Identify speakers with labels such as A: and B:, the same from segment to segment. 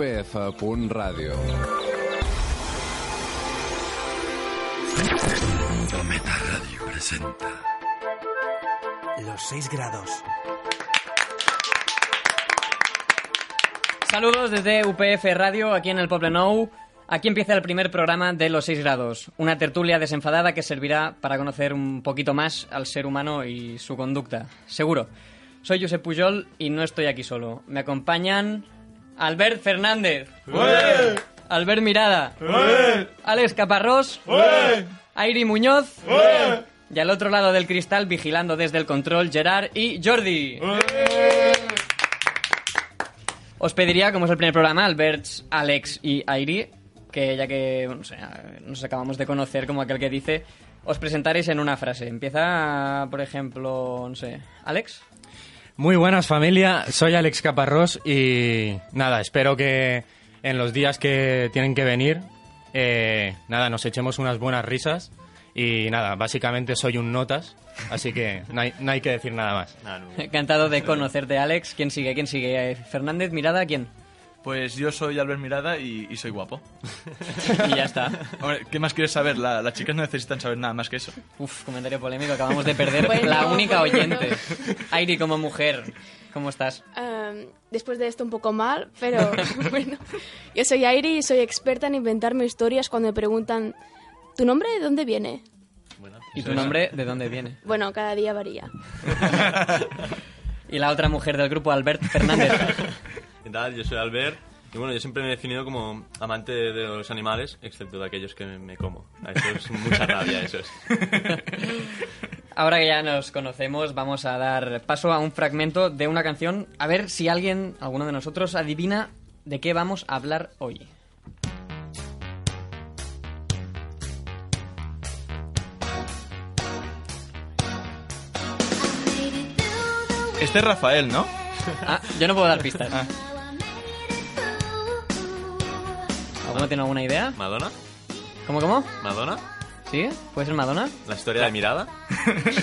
A: upf.radio.
B: Cometa Radio presenta
C: Los 6 grados.
D: Saludos desde UPF Radio, aquí en el Poble Nou. Aquí empieza el primer programa de Los 6 grados, una tertulia desenfadada que servirá para conocer un poquito más al ser humano y su conducta, seguro. Soy Josep Pujol y no estoy aquí solo. Me acompañan Albert Fernández, Albert Mirada, Alex Caparrós, Airi Muñoz y al otro lado del cristal vigilando desde el control Gerard y Jordi. Os pediría, como es el primer programa, Albert, Alex y Airi, que ya que o sea, nos acabamos de conocer como aquel que dice, os presentaréis en una frase. Empieza, por ejemplo, no sé, Alex.
E: Muy buenas familia, soy Alex Caparrós y nada, espero que en los días que tienen que venir, eh, nada, nos echemos unas buenas risas y nada, básicamente soy un notas, así que no hay, no hay que decir nada más.
D: Encantado de conocerte, Alex. ¿Quién sigue? ¿Quién sigue? Eh, Fernández, mirada, ¿quién?
F: Pues yo soy Albert Mirada y, y soy guapo.
D: Y ya está.
F: Hombre, ¿Qué más quieres saber? La- las chicas no necesitan saber nada más que eso.
D: Uf, comentario polémico, acabamos de perder
G: Bueno,
D: la única
G: bueno.
D: oyente. Airi, como mujer, ¿cómo estás?
G: Am, después de esto un poco mal, pero bueno. Yo soy Airi y soy experta en inventarme historias cuando me preguntan ¿tu nombre de dónde viene?
D: ¿Y tu nombre de dónde viene?
G: Bueno, cada día varía.
D: Y la otra mujer del grupo, Albert Fernández.
H: ¿Qué tal? Yo soy Albert. Y bueno, yo siempre me he definido como amante de, de los animales, excepto de aquellos que me, me como. A Eso es mucha rabia, eso es.
D: Ahora que ya nos conocemos, vamos a dar paso a un fragmento de una canción. A ver si alguien, alguno de nosotros, adivina de qué vamos a hablar hoy.
F: Este es Rafael, ¿no?
D: Ah, yo no puedo dar pistas. ¿Alguno tiene alguna idea?
H: ¿Madonna?
D: ¿Cómo, cómo?
H: ¿Madonna?
D: ¿Sí? ¿Puede ser Madonna?
H: ¿La historia de Mirada?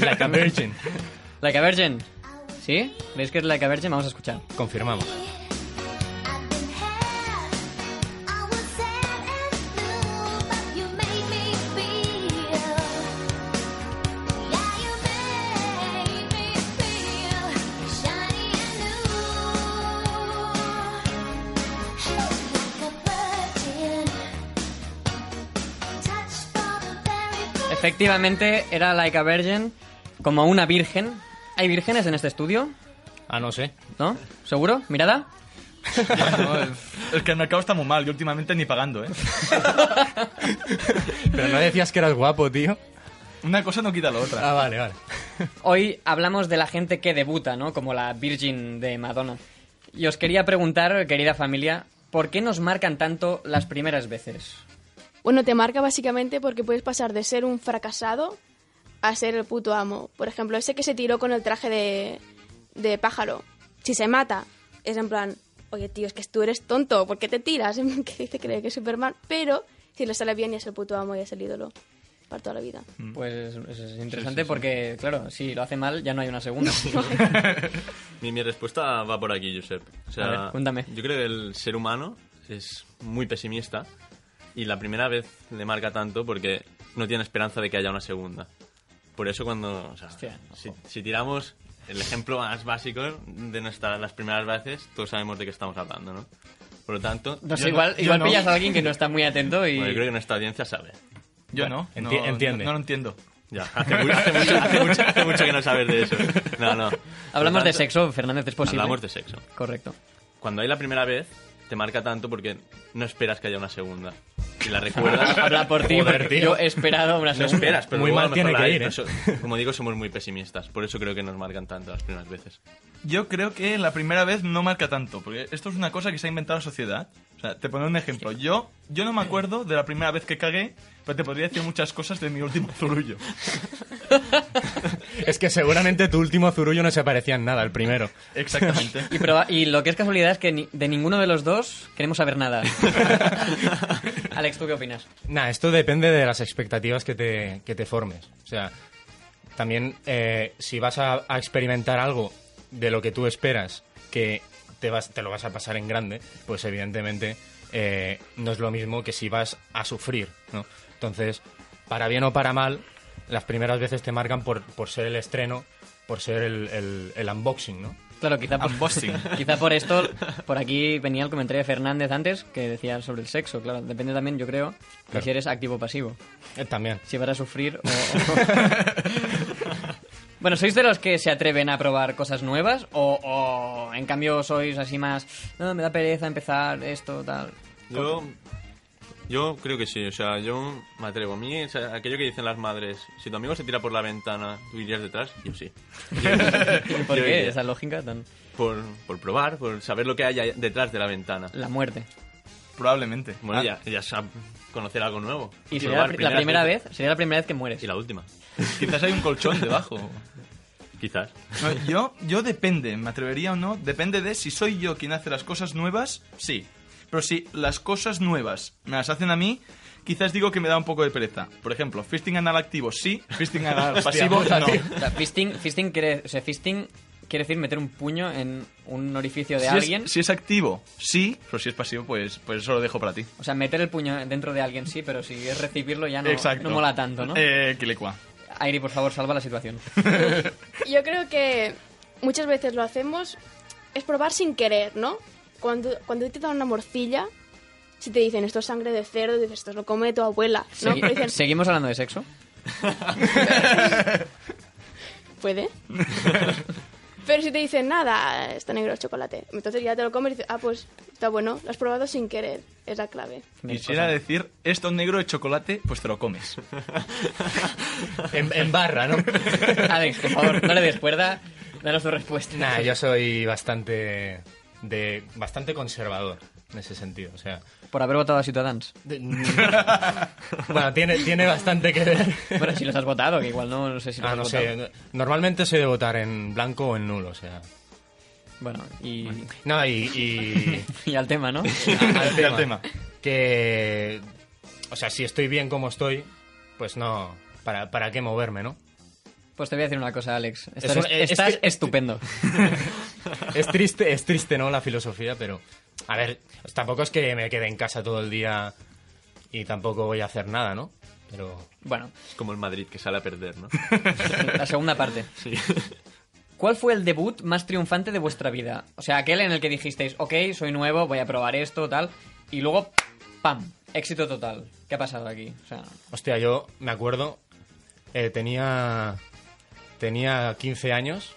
E: Like a virgin.
D: Like a Virgin. ¿Sí? ¿Veis que es Like a Virgin? Vamos a escuchar.
E: Confirmamos.
D: Efectivamente, era Like a Virgin, como una virgen. ¿Hay vírgenes en este estudio?
E: Ah, no sé.
D: ¿No? ¿Seguro? ¿Mirada?
F: No, el, el que el mercado está muy mal. Yo últimamente ni pagando, ¿eh?
E: Pero no decías que eras guapo, tío.
F: Una cosa no quita la otra.
E: Ah, vale, vale.
D: Hoy hablamos de la gente que debuta, ¿no? Como la Virgin de Madonna. Y os quería preguntar, querida familia, ¿por qué nos marcan tanto las primeras veces?
G: Bueno, te marca básicamente porque puedes pasar de ser un fracasado a ser el puto amo. Por ejemplo, ese que se tiró con el traje de, de pájaro. Si se mata, es en plan, oye tío, es que tú eres tonto, ¿por qué te tiras? que te cree que es Superman. Pero si le sale bien y es el puto amo y es el ídolo para toda la vida.
D: Pues es, es interesante porque, claro, si lo hace mal ya no hay una segunda.
H: Mi, mi respuesta va por aquí, Josep. O sea,
D: A ver, cuéntame.
H: Yo creo que el ser humano es muy pesimista y la primera vez le marca tanto porque no tiene esperanza de que haya una segunda. Por eso cuando... o sea,
D: Hostia, ojo.
H: si, si tiramos el ejemplo más básico de nuestras las primeras veces, todos sabemos de qué estamos hablando, ¿no? Por lo tanto...
D: No sé,
F: Yo no-
D: igual,
F: yo
D: igual
F: no.
D: pillas a alguien que no está muy atento y...
H: Bueno, yo creo que nuestra audiencia sabe.
F: Yo no. no
E: enti- entiende.
F: No, no lo entiendo.
H: Ya, hace, mu- hace mucho, hace mucho- hace mucho que no sabes de eso. No, no.
D: Hablamos
H: Por
D: de
H: tanto,
D: sexo, Fernández, es posible.
H: Hablamos de sexo.
D: Correcto.
H: Cuando hay la primera vez, te marca tanto porque no esperas que haya una segunda. Y la recuerdas.
D: Habla por ti,
E: Joder,
D: porque
E: tío.
D: yo he esperado una
H: No
D: segunda.
H: esperas, pero
E: Muy
H: luego a
E: mal
H: lo
E: tiene
H: mejor la
E: que
H: hay.
E: ir,
D: ¿eh?
H: Por eso, como digo, somos muy pesimistas. Por eso creo que nos marcan tanto las primeras veces.
F: Yo creo que la primera vez no marca tanto, porque esto es una cosa que se ha inventado la sociedad. O sea, te pondré un ejemplo. Yo, yo no me acuerdo de la primera vez que cagué, pero te podría decir muchas cosas de mi último zurullo.
E: Es que seguramente tu último zurullo no se parecía en nada al primero.
F: Exactamente.
D: Y, proba- y lo que es casualidad es que ni- de ninguno de los dos queremos saber nada. Alex, ¿tú qué opinas?
E: Nah, esto depende de las expectativas que te, que te formes. O sea, también eh, si vas a, a experimentar algo de lo que tú esperas que te, vas, te lo vas a pasar en grande, pues evidentemente eh, no es lo mismo que si vas a sufrir, ¿no? Entonces, para bien o para mal, las primeras veces te marcan por, por ser el estreno, por ser el, el- el unboxing, ¿no?
D: Claro, quizá por,
F: Unboxing.
D: quizá por esto, por aquí venía el comentario de Fernández antes que decía sobre el sexo, claro, depende también, yo creo, de
E: Claro.
D: si eres activo o pasivo,
E: Eh, también.
D: si vas a sufrir o... o- bueno, ¿sois de los que se atreven a probar cosas nuevas o, o, en cambio sois así más, no, me da pereza empezar esto, tal?
H: Yo, yo creo que sí, o sea, yo me atrevo. A mí, o sea, aquello que dicen las madres, si tu amigo se tira por la ventana, ¿tú irías detrás? Yo sí. Yo-
D: ¿Y por
H: yo
D: qué
H: iría.
D: esa lógica tan...
H: Por, por probar, por saber lo que hay ahí detrás de la ventana.
D: La muerte.
F: Probablemente. Ah,
H: Bueno, ya, ya sab- conocer algo nuevo.
D: Y sería
H: Probar
D: la, pri- la
H: primeras
D: primera
H: veces.
D: vez, sería la primera vez que mueres.
H: Y la última,
F: Quizás hay un colchón debajo.
H: quizás.
F: No, yo, yo depende, me atrevería o no, depende de si soy yo quien hace las cosas nuevas, sí. Pero si las cosas nuevas me las hacen a mí, quizás digo que me da un poco de pereza. Por ejemplo, fisting anal activo, sí. Fisting anal pasivo, no.
D: O sea, fisting, fisting quiere, o sea, fisting quiere decir meter un puño en un orificio de
F: Si
D: alguien.
F: es, si es activo, sí. Pero si es pasivo, pues, pues eso lo dejo para ti.
D: O sea, meter el puño dentro de alguien sí, pero si es recibirlo ya Ah, no,
F: Exacto.
D: no mola tanto, ¿no?
F: Eh, quilecua.
D: Airi, por favor, salva la situación.
G: Yo creo que muchas veces lo hacemos es probar sin querer, ¿no? Cuando, cuando te dan una morcilla, si te dicen esto es sangre de cerdo, dices esto lo come tu abuela, ¿no?
D: Segui-
G: Pero dicen,
D: ¿Seguimos hablando de sexo?
G: ¿puede? Pero si te dicen nada, está negro el chocolate, entonces ya te lo comes y dices, ah, pues está bueno, lo has probado sin querer, es la clave.
D: Mira,
F: Quisiera
D: cosa.
F: decir, esto negro de chocolate, pues te lo comes.
E: En, en barra, ¿no?
D: Alex, por favor, no le des cuerda. Danos tu respuesta.
E: Nah, yo soy bastante de bastante conservador en ese sentido, o sea,
D: Por haber votado a Ciudadans.
E: de- bueno, tiene tiene bastante que ver.
D: Bueno, si los has votado, que igual no, no sé si los
E: Ah,
D: has
E: no
D: votado.
E: sé, normalmente soy de votar en blanco o en nulo, o sea.
D: Bueno, y,
E: No, y- y
D: y al tema, ¿no?
E: al
F: Y al tema.
E: Que, o sea, si estoy bien como estoy, pues no, ¿para, para qué moverme, no?
D: Pues te voy a decir una cosa, Alex. Estás,
E: un- es- es
D: estás
E: que-
D: estupendo.
E: Es triste, es triste, ¿no? La filosofía, pero, a ver, tampoco es que me quede en casa todo el día y tampoco voy a hacer nada, ¿no? Pero,
D: Bueno,
H: Es como el Madrid que sale a perder, ¿no? Pues
D: la segunda parte. ¿Cuál fue el debut más triunfante de vuestra vida? O sea, aquel en el que dijisteis, ok, soy nuevo, voy a probar esto, tal, y luego, ¡pam! Éxito total. ¿Qué ha pasado aquí? O sea,
E: hostia, yo me acuerdo, eh, tenía, tenía 15 años,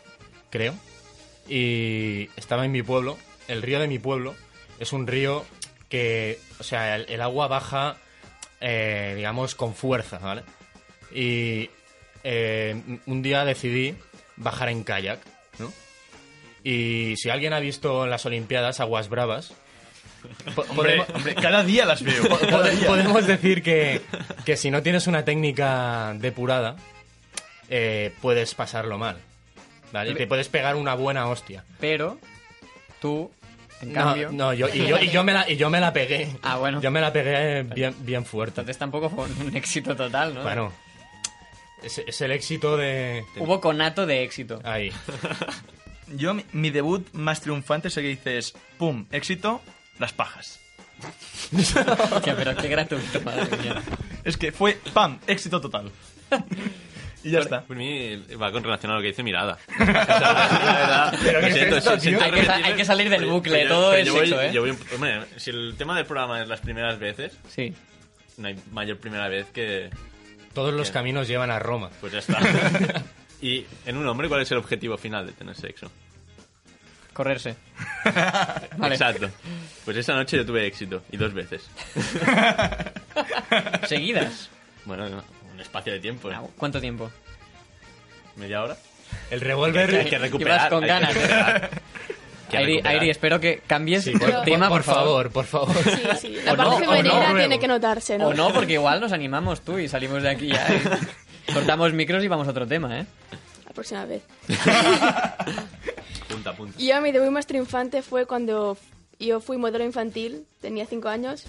E: creo, y estaba en mi pueblo, el río de mi pueblo, es un río que, o sea, el, el agua baja, eh, digamos, con fuerza, ¿vale? Y eh, un día decidí bajar en kayak, ¿no? Y si alguien ha visto las Olimpiadas Aguas Bravas, po-
F: Hombre,
E: podemos-
F: hombre, cada día las veo.
E: Po- pode- podemos decir que, que si no tienes una técnica depurada, eh, puedes pasarlo mal. ¿Vale? Y te puedes pegar una buena hostia.
D: pero tú, en
E: No,
D: cambio...
E: no, yo, y, yo, y yo me la, y yo me la pegué.
D: Ah, bueno.
E: Yo me la pegué bien, bien fuerte.
D: Entonces tampoco fue un éxito total, ¿no?
E: Bueno, es, es el éxito de...
D: Hubo conato de éxito.
H: Ah.
E: Ahí.
F: Yo, mi, mi debut más triunfante es el que dices, pum, éxito, las pajas.
D: Hostia, pero qué gratuito, madre mía.
F: Es que fue, pam, éxito total. y ya está.
H: Por mí eh, va con relación a lo que dice Mirada. O sea, la verdad,
E: Pero
H: lo
E: ¿qué es
H: siento,
E: esto,
H: si-
D: tío?
H: siento
D: Hay que sa-
H: repetirme,
D: hay que salir del
H: pero-
D: bucle,
H: pero yo-
D: todo
H: pero
D: es
H: yo voy-
D: sexo, ¿eh?
H: yo voy- hombre, si el tema del programa es las primeras veces,
D: Sí.
H: no hay mayor primera vez que...
E: Todos los
H: Bien.
E: caminos llevan a Roma.
H: Pues ya está. y en un hombre, ¿cuál es el objetivo final de tener sexo?
D: Correrse. Vale.
H: Exacto. Pues esa noche yo tuve éxito, y dos veces.
D: Seguidas.
H: Bueno, no, un espacio de tiempo, ¿eh?
D: Ah, ¿Cuánto tiempo?
H: ¿Media hora?
E: El
H: Hay
E: revólver...
H: que
D: Ibas
H: recuperar.
D: con
H: hay que
D: ganas, ¿eh?
H: recuperar. Hay que
D: Airi,
H: recuperar.
D: Airi, espero que cambies
E: Sí,
D: el
E: por,
D: tema,
E: por favor, por favor.
G: Sí, sí, la
D: O
G: parte
D: no, o no,
G: femenina
E: luego.
G: tiene que notarse, ¿no?
D: O no, porque igual nos animamos tú y salimos de aquí ya. y cortamos micros y vamos a otro tema, ¿eh?
G: La próxima vez.
H: Punta, punta.
G: Y yo mi debut más triunfante fue cuando yo fui modelo infantil, tenía 5 años.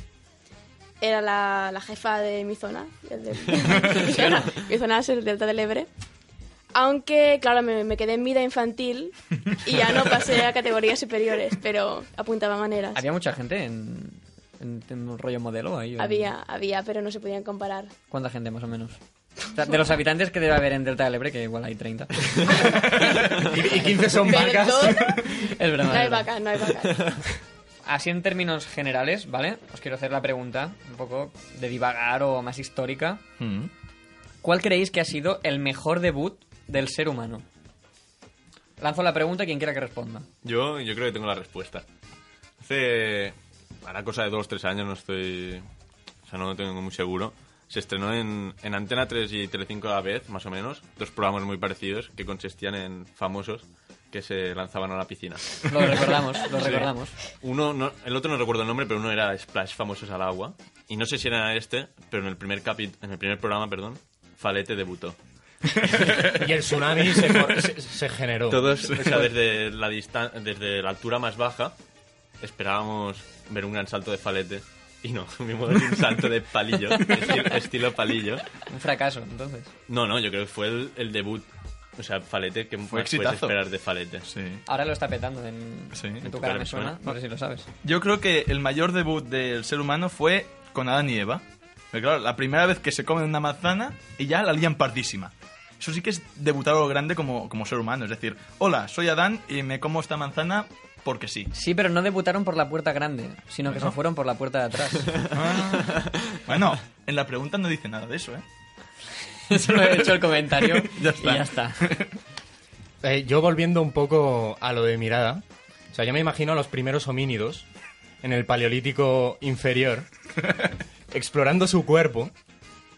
G: Era la, la jefa de mi zona, el del- mi zona es el Delta del Ebre. Aunque, claro, me, me quedé en vida infantil y ya no pasé a categorías superiores, pero apuntaba maneras.
D: Había mucha gente en, en- en un rollo modelo ahí. o-
G: Había, había, pero no se podían comparar.
D: ¿Cuánta gente más o menos? O sea, De los habitantes que debe haber en Delta del Ebre, que igual hay 30.
E: Y 15 son vacas.
G: Perdón,
D: es broma,
G: no
D: es broma.
G: hay vacas, no hay vacas.
D: Así en términos generales, ¿vale? Os quiero hacer la pregunta, un poco de divagar o más histórica.
F: Mm.
D: ¿Cuál creéis que ha sido el mejor debut del ser humano? Lanzo la pregunta a quien quiera que responda.
H: Yo, yo creo que tengo la respuesta. Hace. Ahora cosa de dos, tres años, no estoy. O sea, no lo tengo muy seguro. Se estrenó en, en Antena 3 y Telecinco a la vez, más o menos. Dos programas muy parecidos que consistían en famosos que se lanzaban a la piscina.
D: Lo recordamos, lo
H: Sí.
D: recordamos.
H: Uno, no- el otro no recuerdo el nombre, pero uno era Splash Famosos al Agua. Y no sé si era este, pero en el primer, capi- en el primer programa, perdón, Falete debutó.
E: Y el tsunami se, for- se- se generó.
H: Todos, o sea, desde la, distan- desde la altura más baja, esperábamos ver un gran salto de falete. Y no, vimos un salto de palillo, estilo, estilo palillo.
D: Un fracaso, entonces.
H: No, no, yo creo que fue el, el debut, o sea, falete, que más puedes
F: exitazo.
H: esperar de falete.
F: Sí.
D: Ahora lo está petando en,
F: Sí,
D: en
F: en
D: tu cara, me suena. No sé si lo sabes.
F: Yo creo que el mayor debut del ser humano fue con Adán y Eva. Pero claro, la primera vez que se comen una manzana y ya la lían pardísima. Eso sí que es debutar algo grande como, como ser humano. Es decir, hola, soy Adán y me como esta manzana porque sí.
D: Sí, pero no debutaron por la puerta grande, sino que se fueron por la puerta de atrás.
F: Bueno, en la pregunta no dice nada de eso, ¿eh?
D: Solo he hecho el comentario
F: Ya está.
D: y ya está.
E: Eh, yo volviendo un poco a lo de mirada, o sea, yo me imagino a los primeros homínidos en el paleolítico inferior explorando su cuerpo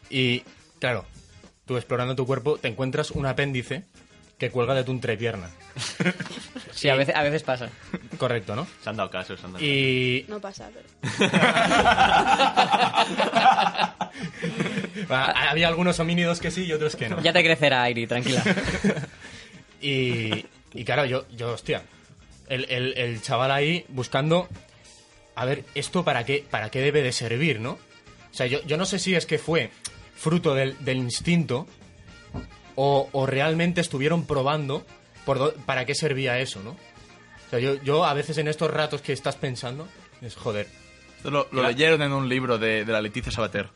E: y, claro, tú explorando tu cuerpo te encuentras un apéndice que cuelga de tu entrepierna.
D: Sí, a veces, a veces pasa.
E: Correcto, ¿no?
H: Se han dado caso, se han dado
E: Y...
G: No pasa, pero...
E: Ah, Había algunos homínidos que sí y otros que no.
D: Ya te crecerá, Airi, tranquila.
E: Y, y claro, yo, yo hostia, el, el- el chaval ahí buscando, a ver, ¿esto para qué, para qué debe de servir, no? O sea, yo, yo no sé si es que fue fruto del, del instinto o, o realmente estuvieron probando por do- para qué servía eso, ¿no? O sea, yo, yo a veces en estos ratos que estás pensando, es joder.
F: Esto lo, lo leyeron en un libro de, de la Leticia Sabater.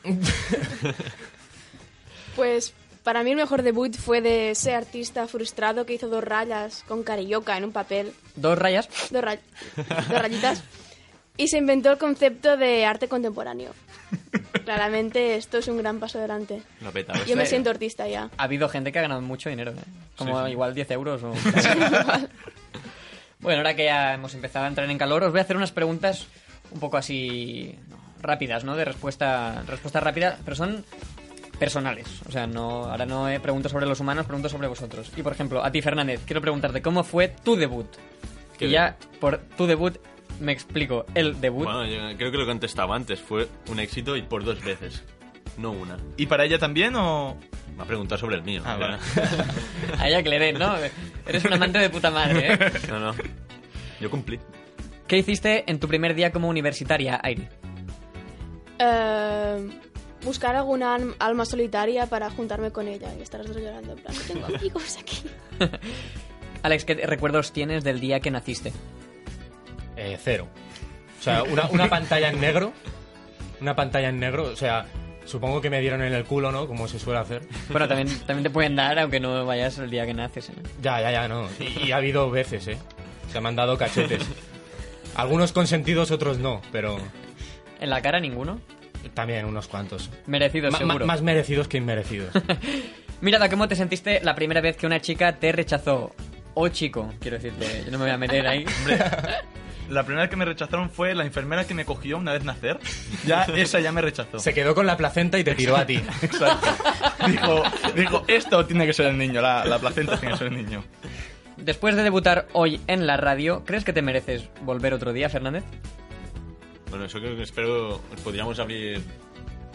G: Pues para mí el mejor debut fue de ese artista frustrado que hizo dos rayas con carioca en un papel,
D: Dos rayas.
G: dos, ray- dos rayitas, y se inventó el concepto de arte contemporáneo. Claramente esto es un gran paso adelante.
H: Lo ha petado,
G: Yo me
H: sí.
G: siento artista ya.
D: Ha habido gente que ha ganado mucho dinero, ¿eh? Como igual 10 euros o... bueno, ahora que ya hemos empezado a entrar en calor, os voy a hacer unas preguntas un poco así no, rápidas, ¿no? De respuesta, respuesta rápida, pero son personales. O sea, no, ahora no eh, pregunto sobre los humanos, pregunto sobre vosotros. Y, por ejemplo, a ti, Fernández, quiero preguntarte, ¿cómo fue tu debut?
H: ¿Qué
D: Y ya, por tu debut, me explico, el debut...
H: Bueno, yo creo que lo he contestado antes, fue un éxito y por dos veces, no una.
F: ¿Y para ella también o...?
H: Me ha preguntado sobre el mío.
F: Ah, vale.
D: A ella que le den, ¿no? Eres un amante de puta madre, ¿eh?
H: No, no. Yo cumplí.
D: ¿Qué hiciste en tu primer día como universitaria, Airi?
G: Eh, buscar alguna alm- alma solitaria para juntarme con ella y estar los dos llorando. En plan, no tengo amigos aquí.
D: Alex, ¿qué recuerdos tienes del día que naciste?
E: Eh, cero. O sea, una, una pantalla en negro. Una pantalla en negro. O sea, supongo que me dieron en el culo, ¿no? Como se suele hacer.
D: Bueno, también, también te pueden dar, aunque no vayas el día que naces. ¿eh?
E: Ya, ya, ya, no. Y, y ha habido veces, ¿eh? Se me han dado cachetes. Algunos consentidos, otros no, pero
D: En la cara ninguno.
E: también unos cuantos.
D: Merecido,
E: Ma- ma-
D: seguro.
E: más merecidos que inmerecidos.
D: Mira, ¿cómo te sentiste la primera vez que una chica te rechazó? O chico, quiero decirte, yo no me voy a meter ahí.
F: La primera vez que me rechazaron fue la enfermera que me cogió una vez nacer. Ya, esa ya me rechazó.
E: Se quedó con la placenta y te tiró a ti.
F: Exacto. Dijo, dijo, esto tiene que ser el niño, la, la placenta tiene que ser el niño.
D: Después de debutar hoy en la radio, ¿crees que te mereces volver otro día, Fernández?
H: Bueno, eso creo que espero. Podríamos abrir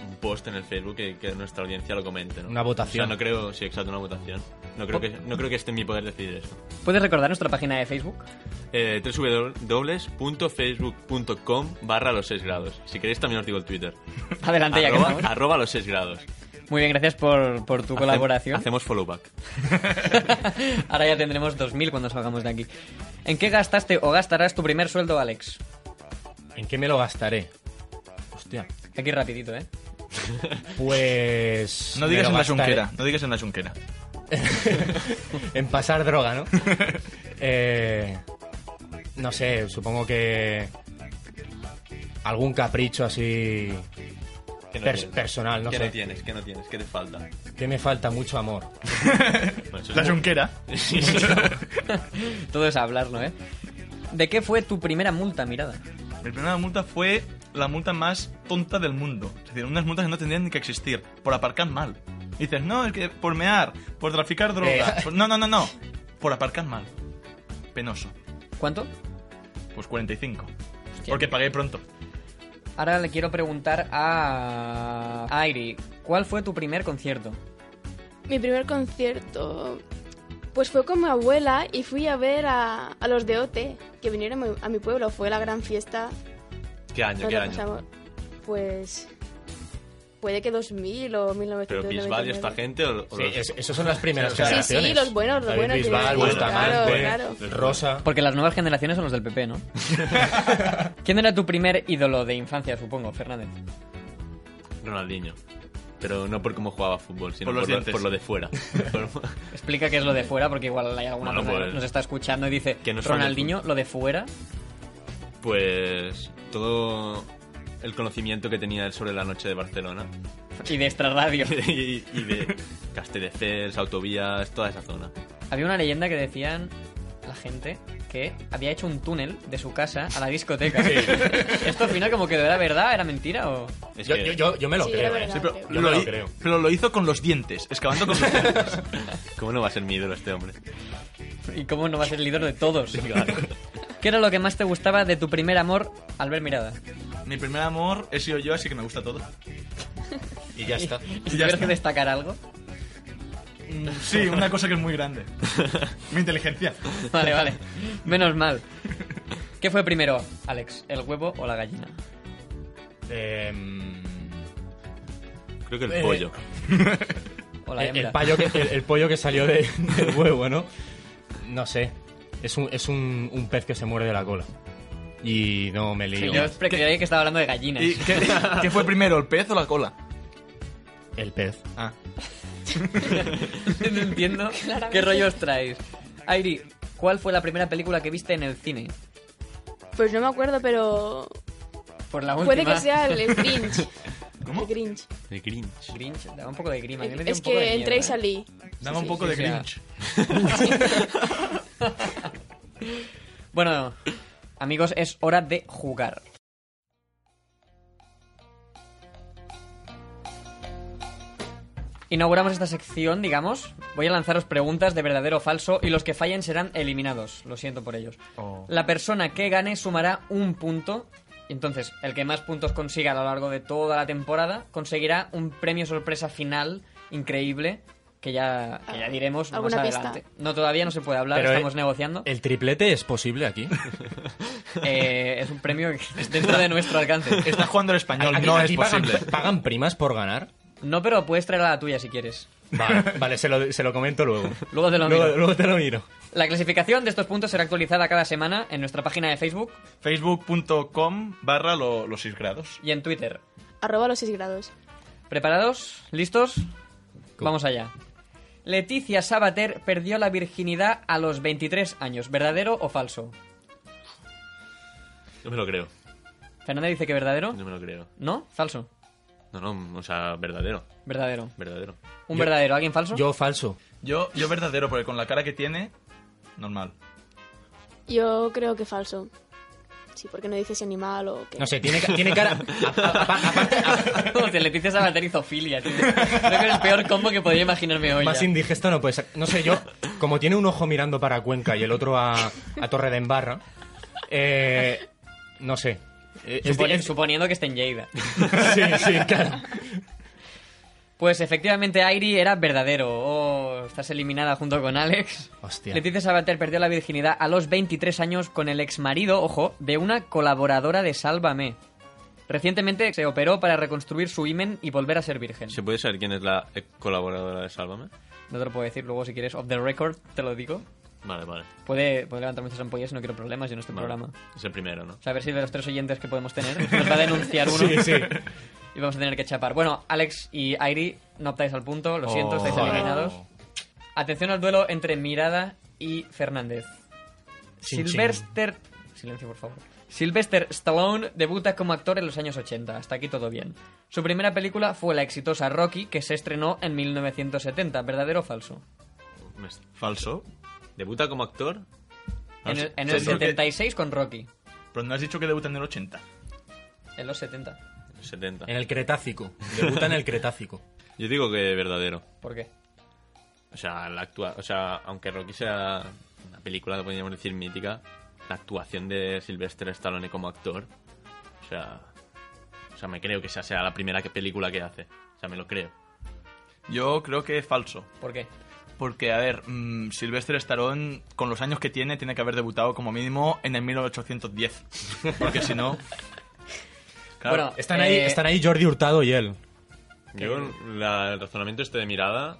H: un post en el Facebook que, que nuestra audiencia lo comente, ¿no?
E: Una votación.
H: O sea, no creo. Sí, exacto, una votación. No creo que, no creo que esté en mi poder decidir eso.
D: ¿Puedes recordar nuestra página de Facebook?
H: Eh, www.facebook.com barra los 6 grados. Si queréis, también os digo el Twitter.
D: Adelante, ya que
H: arroba,
D: estamos.
H: arroba los 6 grados.
D: Muy bien, gracias por, por tu
H: Hace-
D: colaboración.
H: Hacemos follow back.
D: Ahora ya tendremos 2.000 cuando salgamos de aquí. ¿En qué gastaste o gastarás tu primer sueldo, Alex?
E: ¿En qué me lo gastaré? Hostia.
D: Aquí rapidito, ¿eh?
E: Pues...
F: No
E: me
F: digas
E: lo
F: en la
E: gastaré
F: chunquera, no digas en la chunquera.
E: En pasar droga, ¿no? Eh, no sé, supongo que... Algún capricho así...
H: ¿Qué no
E: pers-
H: tienes?
E: personal, no
H: ¿Qué
E: sé.
H: no tienes? ¿Qué no tienes? ¿Qué te falta?
E: Que me falta mucho amor.
H: Bueno, eso es
F: La
H: muy-
F: chunquera.
D: Todo es hablarlo, ¿eh? ¿De qué fue tu primera multa mirada?
F: Mi primera multa fue la multa más tonta del mundo. Es decir, unas multas que no tendrían ni que existir, por aparcar mal. Y dices, no, es que por mear, por traficar droga.
E: Eh.
F: por- No, no, no, no. Por aparcar mal. Penoso.
D: ¿Cuánto?
F: Pues 45. Porque pagué pronto.
D: Ahora le quiero preguntar a Airi, ¿cuál fue tu primer concierto?
G: Mi primer concierto pues fue con mi abuela y fui a ver a, a los de OT que vinieron a mi, a mi pueblo. Fue la gran fiesta.
H: ¿Qué año?
G: Nos
H: ¿Qué
G: lo
H: año?
G: pasamos- Pues puede que 2000 o 1999.
H: ¿Pero Bisbal y esta gente? O, o
E: Sí,
H: los-
E: es- esas son las primeras
H: Sí, sí,
E: generaciones.
G: sí, los buenos, los
E: David
G: buenos,
E: Bisbal,
G: David
H: Bisbal,
E: Bustamante,
G: claro, claro.
E: Rosa.
D: Porque las nuevas generaciones son los del PP, ¿no? ¿Quién era tu primer ídolo de infancia, supongo, Fernández?
H: Ronaldinho. Pero no por cómo jugaba fútbol, sino
F: Por
H: por,
F: los
H: lo,
F: dientes.
H: por lo de fuera. Por-
D: Explica qué es lo de fuera, porque igual hay alguna
H: Bueno,
D: persona
H: pues-
D: que nos está escuchando y dice,
H: Que no es fan del
D: Ronaldinho, lo de fuera,
H: pues todo el conocimiento que tenía él sobre la noche de Barcelona.
D: y de extrarradio.
H: y, y de Castelldefels, autovías, toda esa zona.
D: Había una leyenda que decían la gente que había hecho un túnel de su casa a la discoteca. ¿Esto al final como que era verdad, era mentira o...?
H: Es
E: Yo,
H: que-
E: yo, yo, yo me lo
G: Sí, era
E: creo. ¿eh?
G: verdad,
E: Sí, pero-
G: creo.
E: yo me lo
F: hi-
E: creo.
F: pero lo hizo con los dientes, excavando con los dientes.
H: ¿Cómo no va a ser mi ídolo este hombre?
D: ¿Y cómo no va a ser el líder de todos? ¿Qué era lo que más te gustaba de tu primer amor al ver mirada?
F: Mi primer amor he sido yo, así que me gusta todo.
E: Y ya está.
D: ¿Y si
F: Ya
D: tuvieras
F: está.
D: que destacar algo?
F: Mm, Sí, una cosa que es muy grande. Mi inteligencia.
D: Vale, vale. Menos mal. ¿Qué fue primero, Alex? ¿El huevo o la gallina?
E: Em,
H: Creo que el
E: Eh,
H: pollo.
D: ¿O la
E: el, Eh, el
D: hembra?
E: payo que, el, el pollo que salió de- del huevo, ¿no? No sé. Es, un, es un, un pez que se muere de la cola. Y no me
D: Sí,
E: lío.
D: yo creía que estaba hablando de gallinas.
F: ¿Y qué, qué fue primero, el pez o la cola?
E: El pez.
F: Ah.
D: No entiendo qué rollos traes. Airi, ¿cuál fue la primera película que viste en el cine?
G: Pues no me acuerdo, pero
D: Por la última.
G: puede que sea el, el Grinch.
F: ¿Cómo?
G: El Grinch.
H: El Grinch.
D: Grinch, daba un poco de grima. a mí me dio
G: Es
D: un poco de
G: que entré y
D: miedo, ¿eh?
G: salí.
F: Dame un poco
D: sí,
F: de
D: sí,
F: cringe.
D: Bueno, amigos, es hora de jugar. Inauguramos esta sección, digamos. Voy a lanzaros preguntas de verdadero o falso y los que fallen serán eliminados. Lo siento por ellos. La persona que gane sumará un punto. y Entonces, el que más puntos consiga a lo largo de toda la temporada conseguirá un premio sorpresa final increíble que ya, que ya diremos más
G: Ah, ¿Alguna pista?
D: adelante. No, todavía no se puede hablar,
E: Pero, eh,
D: estamos negociando.
E: ¿El triplete es posible aquí?
D: Eh, es un premio que es dentro de nuestro alcance.
F: Está jugando el español,
E: Aquí-
F: no
E: aquí
F: es
E: pagan-
F: posible.
E: ¿Pagan primas por ganar?
D: No, pero puedes traer a la tuya si quieres.
E: Vale, vale se, lo, se lo comento luego.
D: Luego te lo
E: Luego,
D: miro.
E: luego te lo miro.
D: La clasificación de estos puntos será actualizada cada semana en nuestra página de Facebook
F: Facebook.com barra lo- los 6 grados.
D: y en Twitter.
G: Arroba los 6 grados.
D: ¿Preparados? ¿Listos? Vamos allá. Leticia Sabater perdió la virginidad a los 23 años. ¿Verdadero o falso?
H: No me lo creo.
D: Fernanda dice que verdadero.
H: No me lo creo.
D: ¿No? Falso.
H: No, no, o sea, verdadero.
D: Verdadero.
H: Verdadero.
D: Un
E: Yo-
D: verdadero. ¿Alguien falso?
E: Yo falso.
F: Yo, yo verdadero, porque con la cara que tiene, normal.
G: Yo creo que falso. Sí, porque no dices si animal o qué.
E: No sé, tiene, ca- tiene cara... a- a- a- aparte,
D: Hostia, Leticia Sabater hizo filia, tío. Creo que es el peor combo que podría imaginarme hoy.
E: Más
D: ya.
E: indigesto no puede ser. No sé, yo, como tiene un ojo mirando para Cuenca y el otro a, a Torre de Embarra, eh, no sé. Eh, es
D: Supone-
E: di- es-
D: suponiendo que esté en Lleida.
E: sí, sí, claro.
D: Pues efectivamente Airi era verdadero. Oh, estás eliminada junto con Alex.
E: Hostia.
D: Leticia Sabater perdió la virginidad a los 23 años con el exmarido, ojo, de una colaboradora de Sálvame. Recientemente se operó para reconstruir su imen y volver a ser virgen.
H: ¿Se puede saber quién es la ex colaboradora de Sálvame?
D: No te lo puedo decir, luego si quieres, off the record, te lo digo.
H: Vale, vale.
D: Puede, puede levantar muchas ampollas, no quiero problemas yo en este
H: Vale.
D: programa.
H: Es el primero, ¿no?
D: O sea, a ver si de los tres oyentes que podemos tener nos va a denunciar uno.
E: Sí, sí.
D: Y vamos a tener que chapar. Bueno, Alex y Airi, no optáis al punto, lo siento, estáis
E: Oh.
D: eliminados. Atención al duelo entre Mirada y Fernández.
E: Chin,
D: Sylvester... Silencio, por favor. Sylvester Stallone debuta como actor en los años 80, hasta aquí todo bien. Su primera película fue la exitosa Rocky, que se estrenó en 1970, ¿verdadero o falso?
H: Me- ¿Falso? ¿Debuta como actor?
D: En el, en
H: Sí,
D: el
H: sí.
D: 76 con Rocky.
F: Pero no has dicho que debuta en el 80.
D: En los 70.
H: 70.
E: En el Cretácico. Debuta en el Cretácico.
H: Yo digo que verdadero.
D: ¿Por qué?
H: O sea, la actua o sea, aunque Rocky sea una película, lo podríamos decir, mítica, la actuación de Sylvester Stallone como actor, o sea, o sea, me creo que esa sea la primera que- película que hace. O sea, me lo creo.
F: Yo creo que es falso.
D: ¿Por qué?
F: Porque, a ver, mm, Sylvester Stallone, con los años que tiene, tiene que haber debutado como mínimo en el 1810. Porque si no... Claro,
D: Bueno,
E: Están ahí,
D: eh,
E: están ahí Jordi Hurtado y él.
H: Yo la- el razonamiento este de mirada,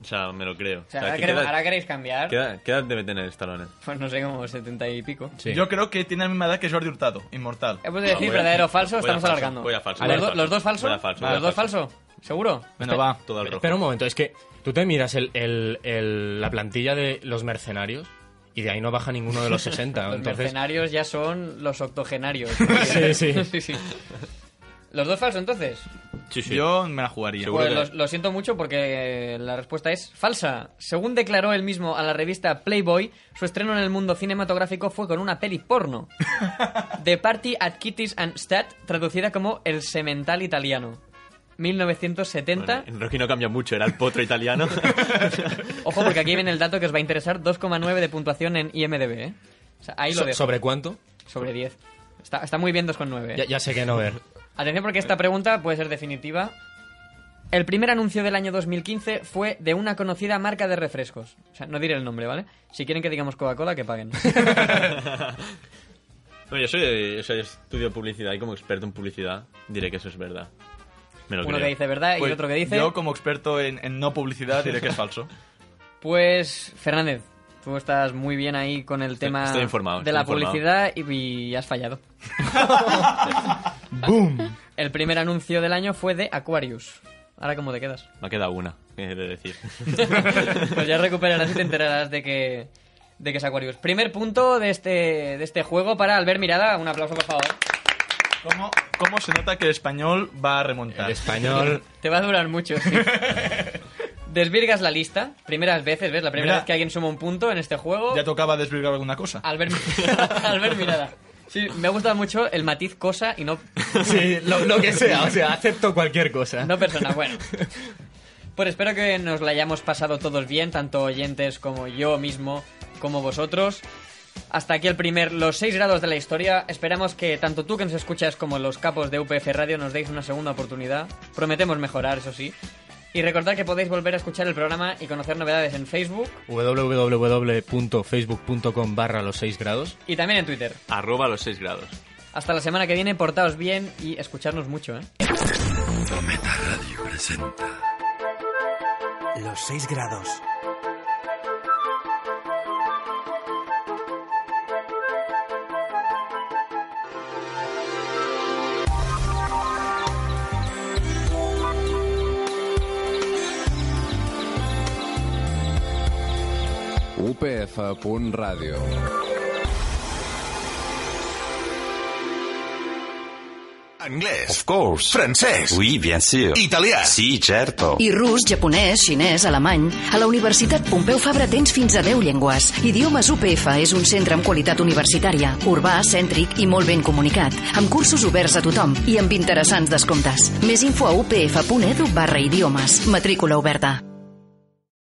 H: o sea, me lo creo.
D: O sea,
H: O sea,
D: ahora,
H: ¿qué
D: queremos-
H: edad-
D: ahora queréis cambiar.
H: qué edad- qué edad debe tener Stallone?
D: Pues no sé, como 70 y pico.
E: Sí.
F: Yo creo que tiene la misma edad que Jordi Hurtado, inmortal.
D: Hemos de decir
H: No, Ah, voy a-
D: verdadero o falso,
H: voy a
D: estamos
H: falso,
D: alargando.
H: voy a falso,
D: ¿Los,
H: voy a
D: do-
H: falso,
D: los dos falsos?
H: voy a falso, Ah,
D: ¿Los
H: voy a
D: dos falsos? ¿Seguro?
F: Bueno, va.
H: Todo al rojo.
E: Espera un momento, es que tú te miras el- el- el- la plantilla de los mercenarios y de ahí no baja ninguno de los 60.
D: Los
E: entonces,
D: mercenarios ya son los octogenarios.
E: Sí, sí.
D: sí, sí. ¿Los dos falsos entonces?
H: Sí, sí.
F: Yo me la jugaría.
H: Seguro.
D: Pues
H: que-
D: los- lo, siento mucho porque la respuesta es falsa. Según declaró él mismo a la revista Playboy, su estreno en el mundo cinematográfico fue con una peli porno. The Party at Kitty's and Stat, traducida como El Semental Italiano. 1970.
H: Bueno, en Rocky no cambia mucho, era el potro italiano.
D: Ojo, porque aquí viene el dato que os va a interesar: 2,9 de puntuación en IMDb. ¿eh? O sea, ahí lo
E: so-
D: dejo.
E: ¿sobre cuánto?
D: Sobre 10. Está, está muy bien 2,9.
E: Ya,
D: ¿eh?
E: ya sé que no ver.
D: Atención, porque esta pregunta puede ser definitiva. El primer anuncio del año 2015 fue de una conocida marca de refrescos. O sea, no diré el nombre, ¿vale? Si quieren que digamos Coca-Cola, que paguen.
H: No, yo soy, o sea, yo estudio publicidad y como experto en publicidad diré que eso es verdad. Me lo
D: Uno
H: creo.
D: que dice verdad y
F: Pues
D: el otro que dice.
F: Yo, como experto en, en no publicidad, diré que es falso.
D: Pues, Fernández, tú estás muy bien ahí con el
H: Estoy-
D: tema
H: estoy informado,
D: de
H: estoy
D: la
H: informado.
D: publicidad y, y has fallado.
E: ¡Boom!
D: El primer anuncio del año fue de Aquarius. Ahora, ¿cómo te quedas?
H: Me ha quedado una, he de decir.
D: pues ya recuperarás y te enterarás de que, de que es Aquarius. Primer punto de este, de este juego para Albert Mirada. Un aplauso, por favor.
F: ¿Cómo, cómo se nota que el español va a remontar?
E: El español.
D: Te va a durar mucho. sí. Desvirgas la lista. Primeras veces, ¿ves? La primera
F: Mira.
D: vez que alguien suma un punto en este juego.
F: Ya tocaba desvirgar alguna cosa.
D: Albert, Albert Mirada. Sí, me ha gustado mucho el matiz cosa y no,
E: Sí, lo, lo que sea, o sea, acepto cualquier cosa.
D: no persona. Bueno. Pues espero que nos la hayamos pasado todos bien, tanto oyentes como yo mismo, como vosotros. Hasta aquí el primer, los 6 grados de la historia. Esperamos que tanto tú que nos escuchas como los capos de UPF Radio nos deis una segunda oportunidad. Prometemos mejorar, eso sí. Y recordad que podéis volver a escuchar el programa y conocer novedades en Facebook
E: www.facebook.com barra los 6 grados.
D: y también en Twitter.
H: Arroba los 6 grados.
D: Hasta la semana que viene, portaos bien y escucharnos mucho, ¿eh?
B: Mundo Meta Radio presenta
C: Los 6 grados.
A: upf.radio.
B: Anglès,
I: Of course.
B: francès,
I: Oui, bien sûr.
B: italià,
I: Sí, certo.
J: I rus, japonès, xinès, alemany. A la Universitat Pompeu Fabra tens fins a 10 llengües. Idiomes UPF és un centre amb qualitat universitària, urbà, cèntric i molt ben comunicat, amb cursos oberts a tothom i amb interessants descomptes. Més info a upf.edu barra idiomes. Matrícula oberta.